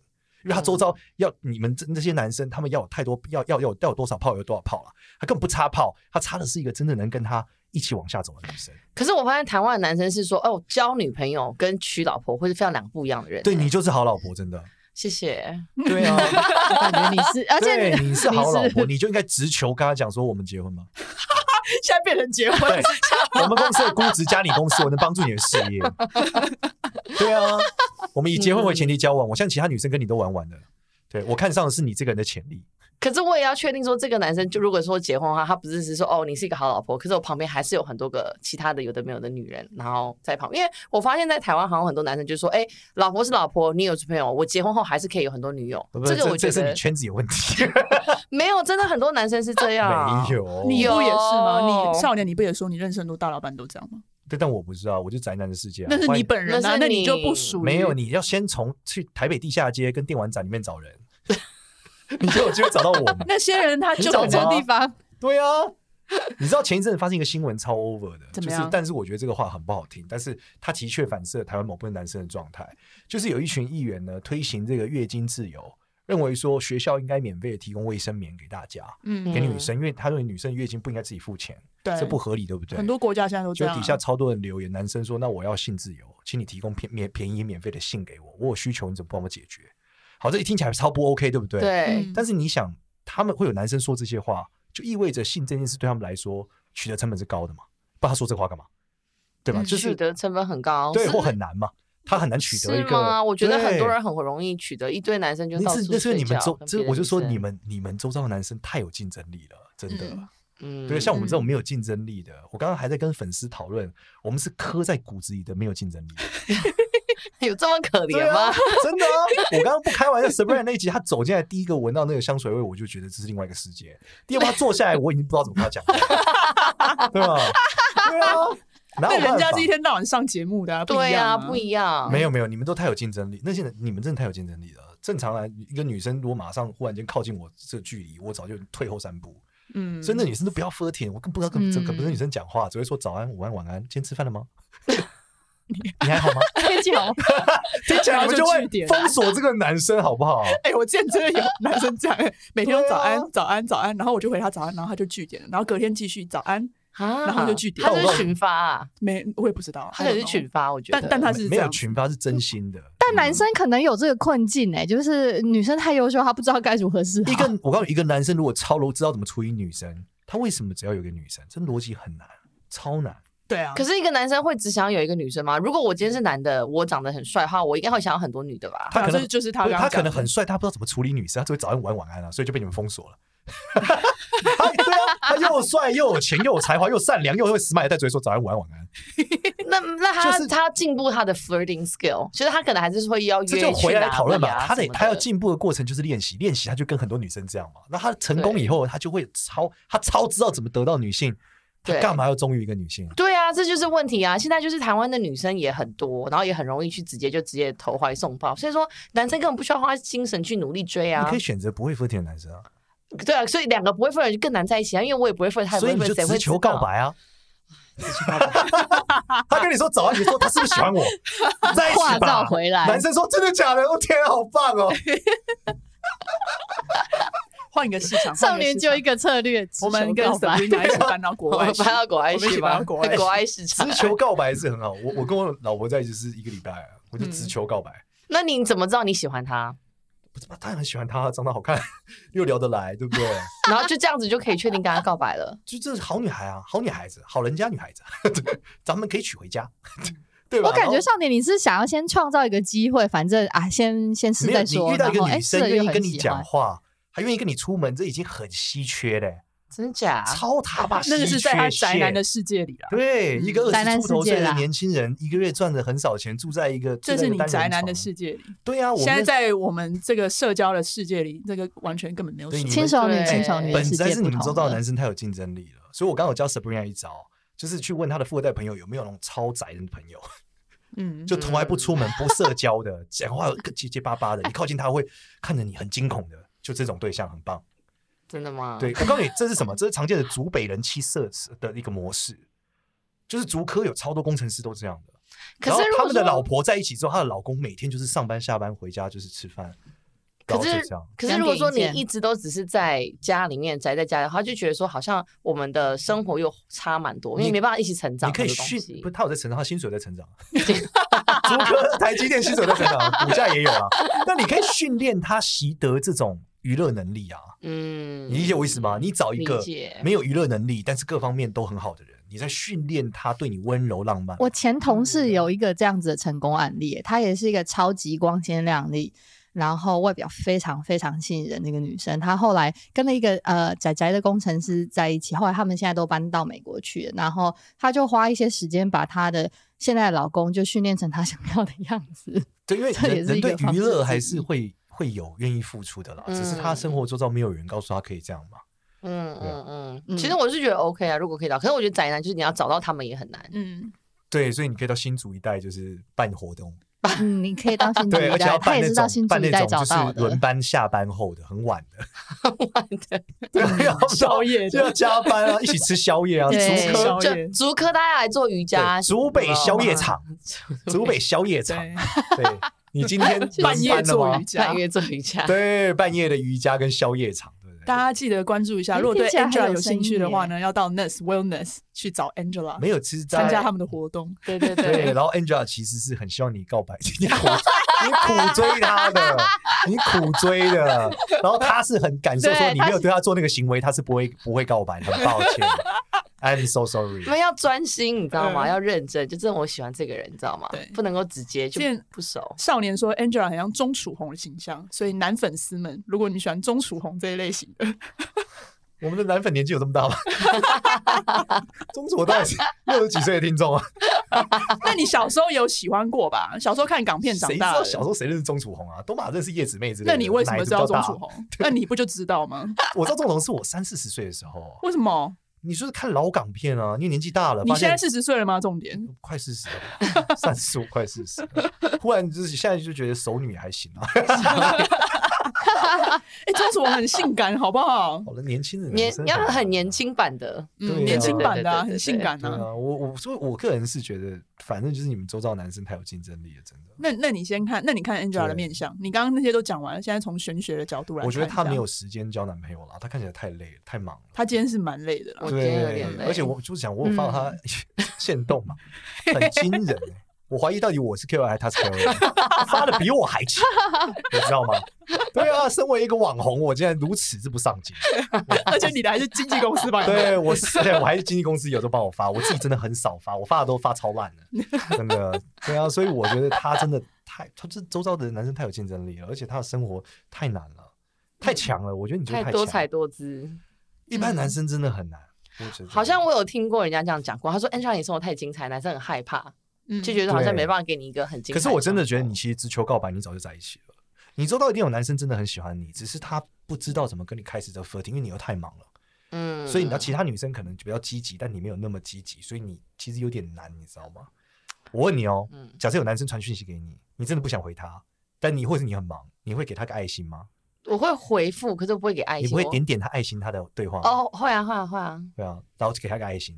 C: 因为他周遭要你们这那些男生，他们要有太多，要要要要有多少炮有多少炮了、他根本不插炮，他插的是一个真正能跟他一起往下走的女生。
D: 可是我发现台湾的男生是说，哦，交女朋友跟娶老婆会是非常两不一样的人。
C: 对你就是好老婆，真的。
D: 谢谢。
C: 对啊，
B: 我感觉你 是，而且
C: 对，
B: 你
C: 你是 好老婆，你就应该直球跟他讲说我们结婚吗？
A: 现在变成结婚，
C: 对，我们公司的估值加你公司，我能帮助你的事业。对啊，我们以结婚为前提交往，我像其他女生跟你都玩玩的。对我看上的是你这个人的潜力，
D: 可是我也要确定说，这个男生就如果说结婚的话，他不是只是说哦，你是一个好老婆，可是我旁边还是有很多个其他的有的没有的女人，然后在旁边。因为我发现，在台湾好像很多男生就说，哎、老婆是老婆，你有女朋友，我结婚后还是可以有很多女友。
C: 不
D: 这
C: 是
D: 个我觉
C: 这是你
D: 得
C: 圈子有问 题，
D: 没有，真的很多男生是这样。
C: 啊没。有。
A: 啊你
D: 有
A: 不也是吗？
D: 有
A: 你少年，你不也说你认识很多大老板都这样吗？
C: 对，但我不知道，我就宅男的世界啊。
A: 那是
C: 欢
A: 你
C: 迎
A: 本人啊，
D: 那
A: 那
D: 是你
A: 你就不属于
C: 没有，你要先从去台北地下街跟电玩展里面找人， 你就有机会找到我嘛。
A: 那些人，他就
C: 你找
A: 可
B: 走
A: 能
B: 错
C: 吗
B: 地方，
C: 对啊， 你知道前一阵子发生一个新闻超 over 的，
A: 怎
C: 就
A: 么
C: 是
A: 样，
C: 但是我觉得这个话很不好听，但是它的确反射台湾某部分男生的状态，就是有一群议员呢推行这个月经自由，认为说学校应该免费地提供卫生棉给大家，
A: 嗯
C: 给女生，因为他认为女生月经不应该自己付钱，
A: 对
C: 这不合理，对不对？
A: 很多国家现在都这
C: 就
A: 样啊，
C: 底下超多人留言，男生说：“那我要性自由，请你提供便免便宜免费的性给我，我有需求你怎么帮我解决？”好，这一听起来超不 OK，对不对？。
D: 对
A: 嗯
C: 但是你想，他们会有男生说这些话，就意味着性这件事对他们来说取得成本是高的嘛？不，然他说这话干嘛？对吧？
A: 嗯
C: 就
D: 取
C: 是
D: 得成本很高，
C: 对
D: 是
C: 或很难嘛，他很难取得一
D: 是
C: 个。
D: 吗？我觉得很
C: 对
D: 多人很容易取得，一堆男生就
C: 那
D: 到
C: 是
D: 处
C: 那是你们
D: 睡觉
C: 周，
D: 跟
C: 这
D: 别的
C: 我就
D: 女
C: 说
D: 生
C: 你们你们周遭的男生太有竞争力了，真的。
A: 嗯
D: 嗯，
C: 对，像我们这种
A: 嗯
C: 没有竞争力的，我刚刚还在跟粉丝讨论，我们是刻在骨子里的没有竞争力。
D: 有这么可
C: 对
D: 怜吗
C: 啊？？ 真的啊！我刚刚不开玩笑，Sabrina 那一集，他走进来第一个闻到那个香水味，我就觉得这是另外一个世界。第二步他坐下来，我已经不知道怎么跟他讲话了，对吧？对啊，哪
A: 那
C: 有
A: 人家
C: 办法
A: 这一天到晚上节目的啊，
D: 对
A: 呀，
D: 呀，不一样，
C: 没有没有，你们都太有竞争力，那些人你们真的太有竞争力了。正常来，一个女生如果马上忽然间靠近我这个距离，我早就退后三步。
A: 嗯，
C: 所以那女生都不要 f l i r t i n 我更不知道跟跟
B: 嗯
C: 跟不是女生讲话，只会说早安、午安、晚安，今天吃饭了吗？ 你还好 吗？
B: 天气好，
C: 听起来
A: 然
C: 你
A: 后就
C: 们就
A: 据
C: 会
A: 点
C: 封锁这个男生，好不好？
A: 哎、我见真 的有男生这样、哎每天都
C: 对啊
A: 早安、早安、早安，然后我就回他早安，然后他就据点了，然后隔天继续早安，
D: 啊，
A: 然后就据点
D: 他就是群发啊，
A: 没我也不知道，
D: 他可能
A: I
D: 是
A: don't know
D: 群发，我觉得，
A: 但他是
C: 没没
A: 这
C: 有
A: 样
C: 群发是真心的，
B: 但男生可能有这个困境哎、就是女生太优秀，她不知道该如何是好。
C: 嗯一个我告诉你，一个男生如果超楼知道怎么处理女生，他为什么只要有一个女生？这逻辑很难，超难。
A: 对啊，
D: 可
A: 是
D: 是一个男生会只想有一个女生吗？如果我今天是男的，我长得很帅的话，我应该会想要很多女的吧？
C: 他可能
A: 就是他
C: 不是
A: 刚
C: 他
A: 刚
C: 可
A: 讲的
C: 能很帅，他不知道怎么处理女生，他只会早安、午安、晚安啊，所以就被你们封锁了。 他对啊，他又帅又有钱又有才华又善良又会死马当活，只会说早安、午安、晚安，
D: 那那他、
C: 就是
D: 他要进步他的 flirting skill，其实他可能还是会邀约
C: 这就回来讨论
D: 去哪里
C: 嘛。
D: 啊
C: 他得
D: 什么的
C: 他要进步的过程就是练习，练习他就跟很多女生这样嘛。那他成功以后，他就会超他超知道怎么得到女性，他
D: 对
C: 干嘛要忠于一个女性？
D: 对啊，这就是问题啊！现在就是台湾的女生也很多，然后也很容易去直接就直接投怀送抱，所以说男生根本不需要花精神去努力追
C: 你
D: 啊
C: 可以。选择不会 flirting 的男生啊，
D: 对啊，所以两个不会 flirt 就更难在一起啊，因为我也不会 flirt，他也不
C: 所以你
D: 会
C: 就
D: flirt，谁
C: 直
D: 会
C: 球
D: 知
C: 告
D: 道？
C: 白啊。 他跟你说早安，你说他是不是喜欢 我？在一
B: 话
C: 起吧
B: 照。回来，
C: 男生说真的假的？我天啊，好棒 哦！
A: 换一个市场，
B: 少
A: 换一
B: 年
A: 个市
B: 就
A: 场
B: 一个策略，
A: 我们跟 Sabrina 一起搬到国
D: 我
A: 外
D: 们
A: 去，
D: 搬到国外
A: 我们一
D: 去
A: 起
D: 吧
A: 搬到，国外去
D: 国外市场
C: 直。球告白是很好。我我跟我老婆在一起是一个礼拜啊，我就直球告白。
D: 那你怎么知道你喜欢他？
C: 我他妈当然很喜欢她，长得好看， 又聊得来，对不 对？
D: 然后就这样子就可以确定跟他告白了。
C: 就这是好女孩啊，好女孩子，好人家女孩子，啊 对咱们可以娶回家， 对吧？
B: 我感
C: 然后
B: 觉少年你是想要先创造一个机会，反正啊，先先试
C: 没有
B: 再说。
C: 你遇到
B: 然
C: 一个
B: 后
C: 女
B: 哎试
C: 生
B: 了
C: 愿
B: 又
C: 意
B: 很
C: 跟你
B: 喜
C: 讲
B: 欢
C: 话，还愿意跟你出门，这已经很稀缺嘞，
D: 真假？
C: 超他妈稀缺
A: 啊那个是在他宅男
C: 线
A: 的世界里啊啦，
C: 对，一个
B: 嗯宅
C: 二
B: 男
C: 十出头
B: 世界
C: 岁的
B: 啦
C: 年轻人，一个月赚的很少钱，住在一个
A: 这是你宅男的。
C: 住在一个单人床
A: 世界里。
C: 对啊，我
A: 现在
C: 们
A: 在我们这个社交的世界里，这个完全根本没有
C: 对
A: 什么
C: 你
B: 轻熟女，
D: 对
B: 轻熟女
C: 本
B: 世
C: 质还
B: 界
C: 是
B: 不
C: 你们周
B: 同
C: 遭的
B: 了
C: 男生太有竞争力了，所以我刚好教 Sabrina 一招，就是去问他的富二代朋友有没有那种超宅的朋友，
A: 嗯，
C: 就从来不出门、不社交的，讲话 结结巴巴的，你靠近他会看着你很惊恐的，就这种对象很棒。
D: 真的吗？
C: 对，我告诉你，这是什么？这是常见的竹北人妻社的一个模式，就是竹科有超多工程师都这样的。
D: 可
C: 然
D: 是
C: 后
D: 如
C: 他
D: 果
C: 们的
D: 说
C: 老婆在一起之后，她的老公每天就是上班下班回家就是吃饭，然
D: 可
C: 后就是这样。
D: 可是如果说你
B: 两点一
D: 一
B: 见
D: 直都只是在家里面宅在家里的话，就觉得说好像我们的生活又差蛮多，因为
C: 你
D: 没办法一起成长
C: 你可
D: 很多
C: 以
D: 东西。
C: 训，不，他有在成长，他薪水有在 成长，竹科台积电薪水有在成长，股价也有啊。那你可以训练他习得这种娱乐能力啊，
D: 嗯，
C: 你理解我意思吗？你找一个
D: 理解
C: 没有娱乐能力，但是各方面都很好的人，你在训练他对你温柔浪漫。
B: 我前同事有一个这样子的成功案例，她也是一个超级光鲜亮丽，然后外表非常非常吸引人的一个女生。她后来跟了一个呃仔仔的工程师在一起，后来他们现在都搬到美国去了，然后她就花一些时间把她的现在的老公就训练成她想要的样子。
C: 对，因为
B: 这也
C: 人
B: 是
C: 人
B: 一个
C: 对
B: 方
C: 娱
B: 式
C: 乐
B: 之
C: 还
B: 一
C: 是会会有愿意付出的啦，只是他
D: 嗯
C: 生活周遭没有人告诉他可以这样嘛。
D: 嗯
C: 对啊
D: 嗯嗯，
B: 嗯
D: 其实我是觉得 OK 啊，如果可以找，可是我觉得宅男就是你要找到他们也很难。
A: 嗯，
C: 对，所以你可以到新竹一带就是办活动，
B: 嗯，你可以当新竹
C: 对，
B: 一
C: 而且要
B: 代，她
C: 办
B: 也
C: 那
B: 是到
C: 种
B: 新竹
C: 办
B: 一
C: 那
B: 代找
C: 种
B: 到
C: 就是
B: 的
C: 轮。班下班后的很晚 的，对，要
A: 宵夜
C: 就要
A: 的，
C: 加班啊，一起吃宵夜啊，
B: 嗯
C: 竹
B: 对啊
A: 吃
C: 科
A: 宵夜
D: 就竹科大家来做瑜伽，
C: 对竹北宵夜场，竹北宵夜场，
A: 对，
C: 对，你 今天
A: 半夜
C: 轮班了
A: 做
C: 吗
A: 瑜？伽
D: 半，夜做瑜伽，
C: 对，半夜的瑜伽跟宵夜场，对不
A: 大
C: 对？
A: 家记得关注一下。
B: 嗯
D: 哎
A: 如果对
B: 听起
A: Angela
B: 来很有
A: 有
B: 生
A: 兴趣
B: 意
A: 的话
B: 耶
A: 呢，要到 Nurse Wellness 去找 Angela
C: 没有，其实在
A: 参加他们的活动。
D: 对对
C: 对，
D: 对，
C: 然后 Angela 其实是很希望你告白， 你苦你苦追他的，你苦追的，然后他是很感受说
B: 对
C: 你
B: 他
C: 没有对他做那个行为，他是不会不会告白，很抱 歉，I'm so sorry
D: 因。为要专心，你知道吗？
A: 嗯
D: 要认真，就真的我喜欢这个人，你知道吗
A: 对？
D: 不能够直接就
A: 见
D: 不熟。
A: 少年说 Angela 很像钟楚红的形象，所以男粉丝们，如果你喜欢钟楚红这一类型的，
C: 我们的男粉年纪有这么大吗？ 中左到底是六十几岁的听众啊？
A: 那你小时候有喜欢过吧？小时候看港片长
C: 谁知
A: 大
C: 道
A: 的，
C: 小时候谁认识钟楚红啊？都马认识叶子妹之类的。
A: 那你为什
C: 哪
A: 么
C: 一
A: 知
C: 个
A: 道
C: 比
A: 钟
C: 较大
A: 楚？红？那你不就知道吗？
C: 我知道钟楚红是我三四十岁的时候，
A: 为什么？
C: 你就是看老港片啊，因为年纪大了，
A: 你
C: 发
A: 现
C: 现
A: 在四十岁了吗？重点，
C: 快四十，三十五快四十，忽然就是现在就觉得熟女还行啊，
A: 哎，钟楚红很性感，好不好？嗯
C: 好了，年轻人
D: 年
C: 真的
D: 要很年
C: 难啊。
D: 轻版的，
C: 对啊
A: 嗯，年轻版的啊
D: 对对对对对
A: 很性感
C: 对
A: 啊。
C: 啊，我我所以我个人是觉得，反正就是你们周遭男生太有竞争力了，真的。
A: 那那你先看，那你看 Angela 的
C: 对
A: 面相，你刚刚那些都讲完了，现在从玄学的角度来看
C: 我
A: 一
C: 觉
A: 下，
C: 得她没有时间交男朋友啦，她看起来太累了，太忙了。
A: 她今天是蛮累的啦
D: 我。今天有
C: 对
D: 点，累嗯
C: 而且我就想，我有发到她限动嘛，很惊人欸我怀疑到底我是 KOL 还是她是 KOL，发的比我还勤，你知道吗？对啊，身为一个网红，我竟然如此之不上进。
A: 而且你的还是经纪公司 吧？
C: 对我是，对我还是经纪公司有时候帮我发，我自己真的很少发，我发的都发超烂 的，真的。对啊，所以我觉得他真的太，他这周遭的男生太有竞争力了，而且他的生活太难了，太强了。我觉得你就
D: 嗯太
C: 太
D: 多
C: 强
D: 彩
C: 了，
D: 多姿。
C: 一般男生真的很难。我觉得
D: 好像我有听过人家这样讲过，他说 Angela 你生活太精彩，男生很害怕，
A: 嗯，
D: 就觉得好像
C: 对
D: 没办法给你一个很精彩。
C: 可是我真的觉得你其实直球告白，你早就在一起了。你周到一定有男生真的很喜欢你，只是他不知道怎么跟你开始这个 flirting，因为你又太忙了。
D: 嗯
C: 所以呢，其他女生可能比较积极，但你没有那么积极，所以你其实有点难，你知道吗？我问你哦，
D: 嗯
C: 假设有男生传讯息给你，你真的不想回他，但你或者你很忙，你会给他个爱心吗？
D: 我会回复，可是我不会给爱
C: 你
D: 心，
C: 不
B: 哦
C: 会
D: 我
C: 点点他爱心他的对话吗？
D: 哦，会啊会啊会啊，
C: 对啊，然后就给他个爱心。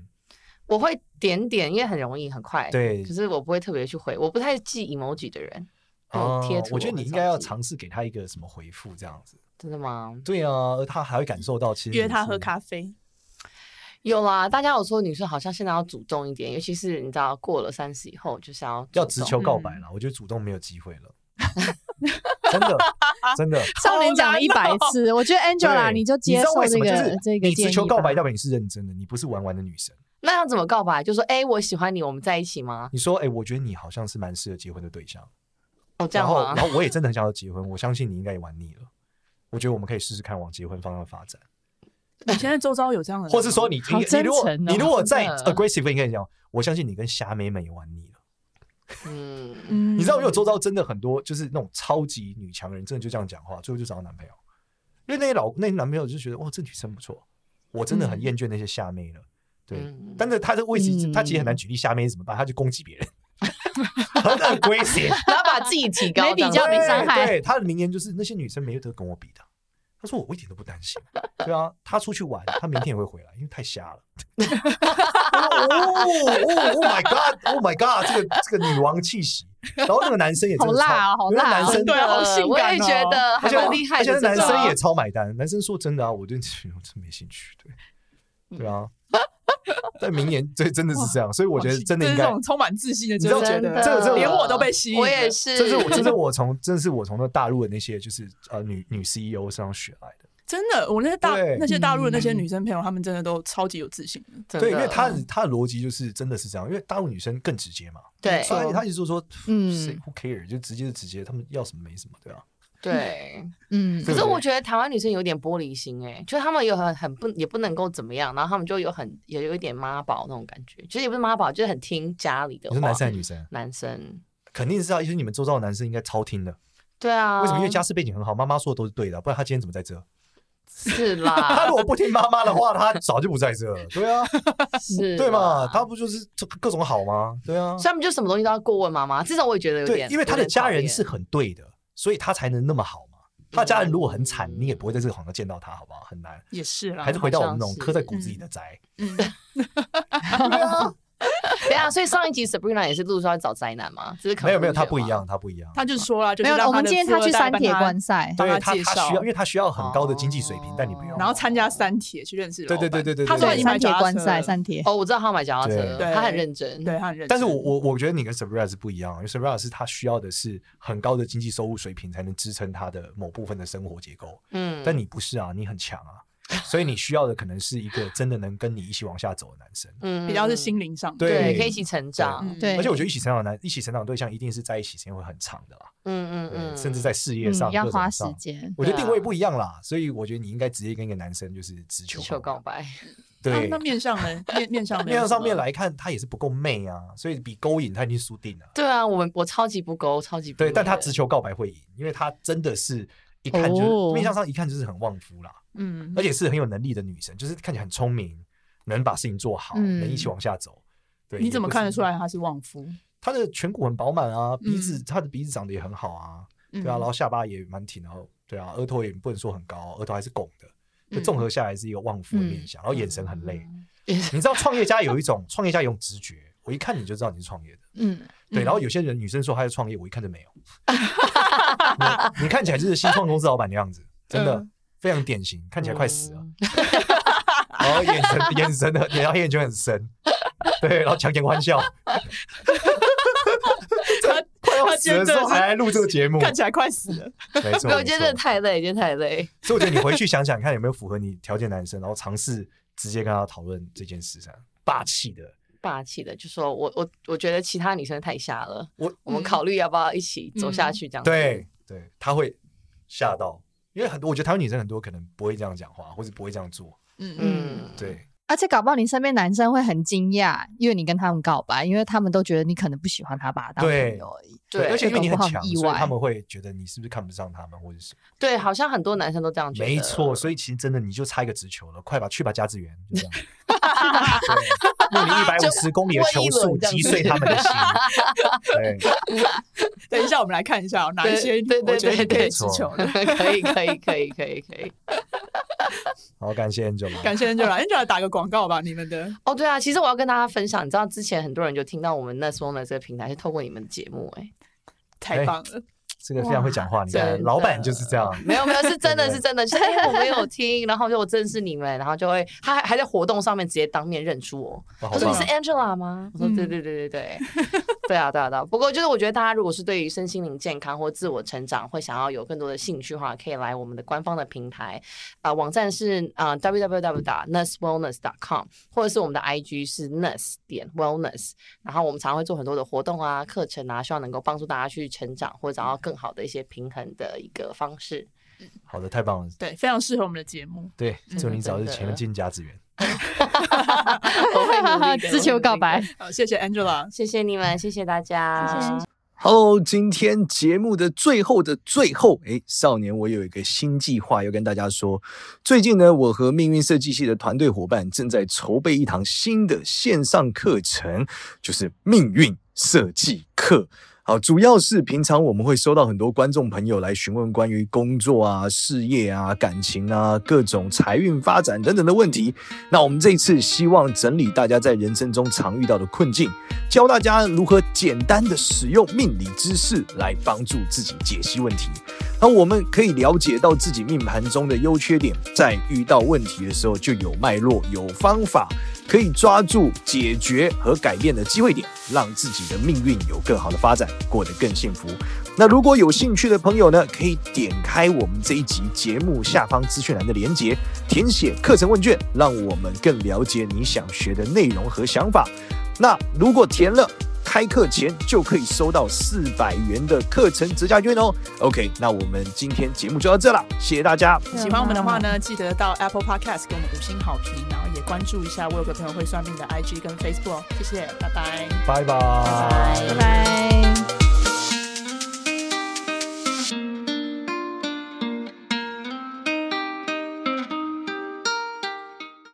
D: 我会点点，因为很容易很
B: 哎
D: 快。
C: 对
D: 可是我不会特别去回，我不太记 emoji 的人。那
C: 哦
D: 种贴图
C: 我觉得你
D: 很
C: 应
D: 少
C: 该要
D: 记
C: 尝试给他一个什么回复这样子。
D: 真的吗？
C: 对啊，而他还会感受到其实
A: 约他喝
C: 啡。
A: 咖啡。
D: 有啦，大家有说女生好像现在要主动一点，尤其是你知道过了三十以后，就是要
C: 要
D: 主
C: 直
D: 动
C: 球告白了，
B: 嗯
C: 我觉得主动没有机会了。 真的，真的，
B: 少年讲了一
A: 好
B: 百
A: 难哦
B: 次，我 觉得 Angela
C: 对
B: ，Oh, 你就接
C: 你知道
B: 受
C: 为什
B: 这
C: 么就
B: 个
C: 是
B: 这个
C: 你
B: 建
C: 直
B: 议
C: 球告
B: 吧
C: 白，代表你是认真的，你不是玩玩的女生。
D: 那要怎么告白？就说哎、我喜欢你，我们在一起吗？
C: 你说，哎、我觉得你好像是蛮适合结婚的对象，
D: 哦，这
C: 然
D: 样
C: 后，
D: 吗
C: 然？后我也真的很想要结婚， 我相信你应该也玩腻了。我觉得我们可以试试看往结婚方向 发展，
A: 你现在周遭有这样的人吗，
C: 嗯或是说你
B: 好
C: 你你
B: 真
C: 如果、
B: 诚哦
C: 你如果再
D: 哦真的
C: aggressive 应该讲，我相信你跟虾妹们也玩腻了。
D: 嗯，
A: 嗯，
C: 你知道，我有周遭真的很多就是那种超级女强人，真的就这样讲话，最后就找到男朋友，因为那些老那些男朋友就觉得，哦，这女生不错，我真的很
A: 嗯
C: 厌倦那些虾妹了。 对，
D: 嗯
C: 但是他的位置，
D: 嗯
C: 他其实很难举例虾妹是怎么办，他就攻击别人， 很 aggressive。
D: 然后把自己 提高，
B: 没比
D: 这样
B: 较
D: 子
B: 没伤害
C: 对，他的名言就是那些女生没有得跟我比的。他说我一点都不担心。对啊，他出去玩，他明天也会回来，因为太瞎了。我说哦哦，Oh my God，Oh my God，这个这个女王气息。然后那个男生也真的
B: 好辣
C: 超
B: 啊好
C: 因为那
B: 辣啊
C: 男生
A: 对啊，好性
D: 我
A: 感
D: 也
A: 哦
D: 觉得
C: 而
D: 还
C: 且
D: 蛮厉害
C: 而且
D: 的
C: 那
D: 这种。
C: 男生也超买单。男生说真的啊，我对我真没兴趣。
B: 嗯
C: 对，对啊。但名言对真的是这样，所以我觉得真的
A: 这
C: 应
A: 是这
C: 该
A: 种充满自信的，
C: 你知道
A: 就觉
D: 真的
A: 得
C: 这个这个
A: 连我都被吸引了，
D: 我也是，
C: 这是我，这是我从，这是我从那大陆的那些就是呃女女 CEO 身上学来的。
A: 真的，我那些大
C: 对嗯
A: 那些大陆的那些女生朋友，她们真的都超级有自信的。
D: 真的嗯
C: 对，因为她的她的逻辑就是真的是这样，因为大陆女生更直接嘛。
D: 对
C: 所以她一直就说，嗯
B: 嗯
C: ，Who care？就直接就直接，他们要什么没什么，对啊吧、
D: 对。
B: 嗯
D: 可
C: 对
D: 是我觉得台湾女生有点玻璃心哎、就是她们有很很不也不能够怎么样，然后她们就有很也有一点妈宝那种感觉，就是也不是妈宝，就是很听家里的
C: 你
D: 话。
C: 说男生还是女生？
D: 男生，
C: 肯定是啊，因为你们周遭的男生应该超听的。
D: 对啊，
C: 为什么？因为家世背景很好，妈妈说的都是对的，啊不然他今天怎么在这？
D: 是
C: 他
D: 啦
C: 如，果不听妈妈的话，他早就不在这了。对啊，
D: 是
C: 对嘛？
D: 啦
C: 他不就是这各种好吗？对啊
D: 所以，他们就什么东西都要过问妈妈，这种我也觉得有
C: 对
D: 点，，
C: 因为他的
D: 有点讨
C: 家
D: 厌
C: 人是很对的，所以他才能那么好嘛。他的家人如果很惨，
D: 嗯
C: 你也不会在这个行业见到他，好不好？很难。
A: 也是啦
D: 嗯
C: 还是回到我们那种
D: 好像是
C: 刻在骨子里的宅。
A: 嗯，
C: 对啊
D: 等一下，所以上一集 Sabrina 也是录说要找宅男吗？只是可
C: 没有没有，
D: 能
C: 他
D: 不
C: 不
D: 选
C: 一
D: 吗。
C: 样，他不一样。
A: 他就说 了，就
B: 没
A: 是
B: 有，
A: 让
B: 我
A: 他
B: 们
A: 的
B: 今天他
A: 富二
B: 去
A: 代
B: 三
A: 帮
B: 铁
A: 他
B: 观赛，
A: 帮
C: 对
A: 他
C: 他，
A: 介
C: 他
A: 绍
C: 需要，因为他需要很高的经济水平，但你不用。
A: 然后参加三铁去认识老
C: 对
A: 板。
C: 对对对对对
A: 他说他已经买
B: 三
A: 脚
B: 铁
A: 踏
B: 观
A: 车
B: 赛，
A: 了
B: 三铁。
D: 哦，我知道他买脚踏车，
A: 对
D: 他很认真。
A: 对，他很认真。
C: 但是我我我觉得你跟 Sabrina 是不一样，因为 Sabrina 是他需要的是很高的经济收入水平才能支撑他的某部分的生活结构，
D: 嗯，
C: 但你不是啊，你很强啊，所以你需要的可能是一个真的能跟你一起往下走的男生。
D: 嗯
A: 比较是心灵上的，
C: 对
D: 对，可以一起成长。
A: 嗯
B: 对
C: 而且我觉得一起成长的男一起成长的对象一定是在一起时间会很长的啦，
D: 嗯嗯
C: 对，
D: 嗯，
C: 甚至在事业上
B: 嗯，要
C: 各
B: 花
C: 种
B: 时
C: 上，
B: 间。
C: 我觉得
D: 对啊
C: 定位不一样啦，所以我觉得你应该直接跟一个男生就是直
D: 直
C: 球
D: 球告白，
A: 那
C: 对
A: 啊那，面相呢？面面相呢
C: 面上面来看他也是不够媚啊，所以比勾引他已经输定了。
D: 对啊，我们我超级不勾，超级不
C: 对，但
D: 勾
C: 他
D: 的
C: 直球告白会赢，因为他真的是一看就是、
B: 哦
C: 面相上一看就是很旺夫啦，
A: 嗯
C: 而，且是很有能力的女生，就是看起来很聪明，能把事情做好，
B: 嗯
C: 能一起往下走。对，
A: 你怎么
C: 也不是
A: 看得出来？嗯他是旺夫？
C: 她的颧骨很饱满啊，鼻子她的鼻子长得也很好啊，
A: 对
C: 对啊，然后下巴也蛮挺，然后对啊，额头也不能说很高，额头还是拱的。
A: 嗯
C: 就综合下来是一个旺夫的面相，然后眼神很累。你知道创业家有一种创业家有一种直觉，我一看你就知道你是创业的。
B: 嗯，
C: 对，然后有些人女生说她在创业，我一看就没有。你你看起来就是新创公司老板的样子，真的
A: 嗯
C: 非常典型，看起来快死了，
D: 嗯
C: 然后眼神眼神的，然后眼球很深，对，然后强颜欢笑。快要死的时候还来录这个节目，
A: 看起来快死了。
C: 没错，
D: 没有，我觉得真的
C: 没错
D: 太累，真的太累。
C: 所以我觉得你回去想想看有没有符合你条件的男生，然后尝试直接跟他讨论这件事上，霸气的。
D: 霸气的，就说我我我觉得其他女生太瞎了，
C: 我
D: 我
A: 嗯
D: 们考虑要不要一起走下去这样子。
C: 对对，他会吓到，因为很多我觉得台湾女生很多可能不会这样讲话，或者不会这样做。
A: 嗯嗯
D: 嗯，
C: 对，
B: 而且搞不好你身边男生会很惊讶，因为你跟他们告白，因为他们都觉得你可能不喜欢他，把他当
C: 对
B: 朋友而已。
D: 对，
C: 而且因为你
B: 搞
C: 很
B: 不好
C: 强，
B: 很意
C: 所以
B: 外
C: 他们会觉得你是不是看不上他们，或者是
D: 对，好像很多男生都这样觉得。
C: 没错。所以其实真的你就差一个直球了，快吧，去吧，甲子园，就这样。对用你一百五十公里的球速击碎他们的心。对，
A: 等一下我们来看一下哦哪一些
D: 对对对
A: 我觉得你可
D: 对
A: 以持球的。
D: 可以可以可以可以可以。
C: 好，感谢 Angel，
A: 感谢 Angela，Angela 打个广告吧，你们 的
D: 哦，对啊，其实我要跟大家分享，你知道之前很多人就听到我们 Nurse Wellness 这个平台是透过你们的节目、哎，
A: 太棒了。
C: 这个非常会讲话，你看
D: 真
C: 老板
D: 的
C: 就是这样。
D: 没有没有，是真
C: 对
D: 的
C: 对
D: 是真的，就是、哎我没有听，然后就我正视你们，然后就会他还还在活动上面直接当面认出我，
C: 哇好
D: 他说
C: 棒
D: 你是 Angela 吗？我说
A: 嗯
D: 对对对对对， 对啊对啊对啊。不过就是我觉得大家如果是对于身心灵健康或自我成长会想要有更多的兴趣的话，可以来我们的官方的平台，啊、网站是啊、www nursewellness com，或者是我们的 IG 是 nurse 点 wellness。然后我们常常会做很多的活动啊、课程啊，希望能够帮助大家去成长或者找到更好的一些平衡的一个方式。
C: 好的，太棒了。
A: 对，非常适合我们的节目。
C: 对，祝你
D: 嗯
C: 早日
D: 真的
C: 前进甲子园。
D: 我会努力的
B: 自求告白，
D: 我会努力
A: 好，谢谢 Angela
D: 的。谢谢你们，谢谢大家，
B: 谢谢
E: Hello，今天节目的最后的最后，诶，少年，我有一个新计划要跟大家说。最近呢，我和命运设计系的团队伙伴正在筹备一堂新的线上课程，就是命运设计课。好，主要是平常我们会收到很多观众朋友来询问关于工作啊、事业啊、感情啊、各种财运发展等等的问题。那我们这一次希望整理大家在人生中常遇到的困境，教大家如何简单的使用命理知识来帮助自己解析问题。那我们可以了解到自己命盘中的优缺点，在遇到问题的时候就有脉络、有方法，可以抓住解决和改变的机会点，让自己的命运有更好的发展，过得更幸福。那如果有兴趣的朋友呢，可以点开我们这一集节目下方资讯栏的连结，填写课程问卷，让我们更了解你想学的内容和想法。那如果填了，开课前就可以收到四百元的课程折价券哦。OK，那我们今天节目就到这了，谢谢大家，
A: 喜欢我们的话呢，记得到 Apple Podcast 给我们五星好评，然后也关注一下我有个朋友会算命的 IG 跟 Facebook 哦。谢谢，拜拜。
C: 拜拜。
B: 拜拜。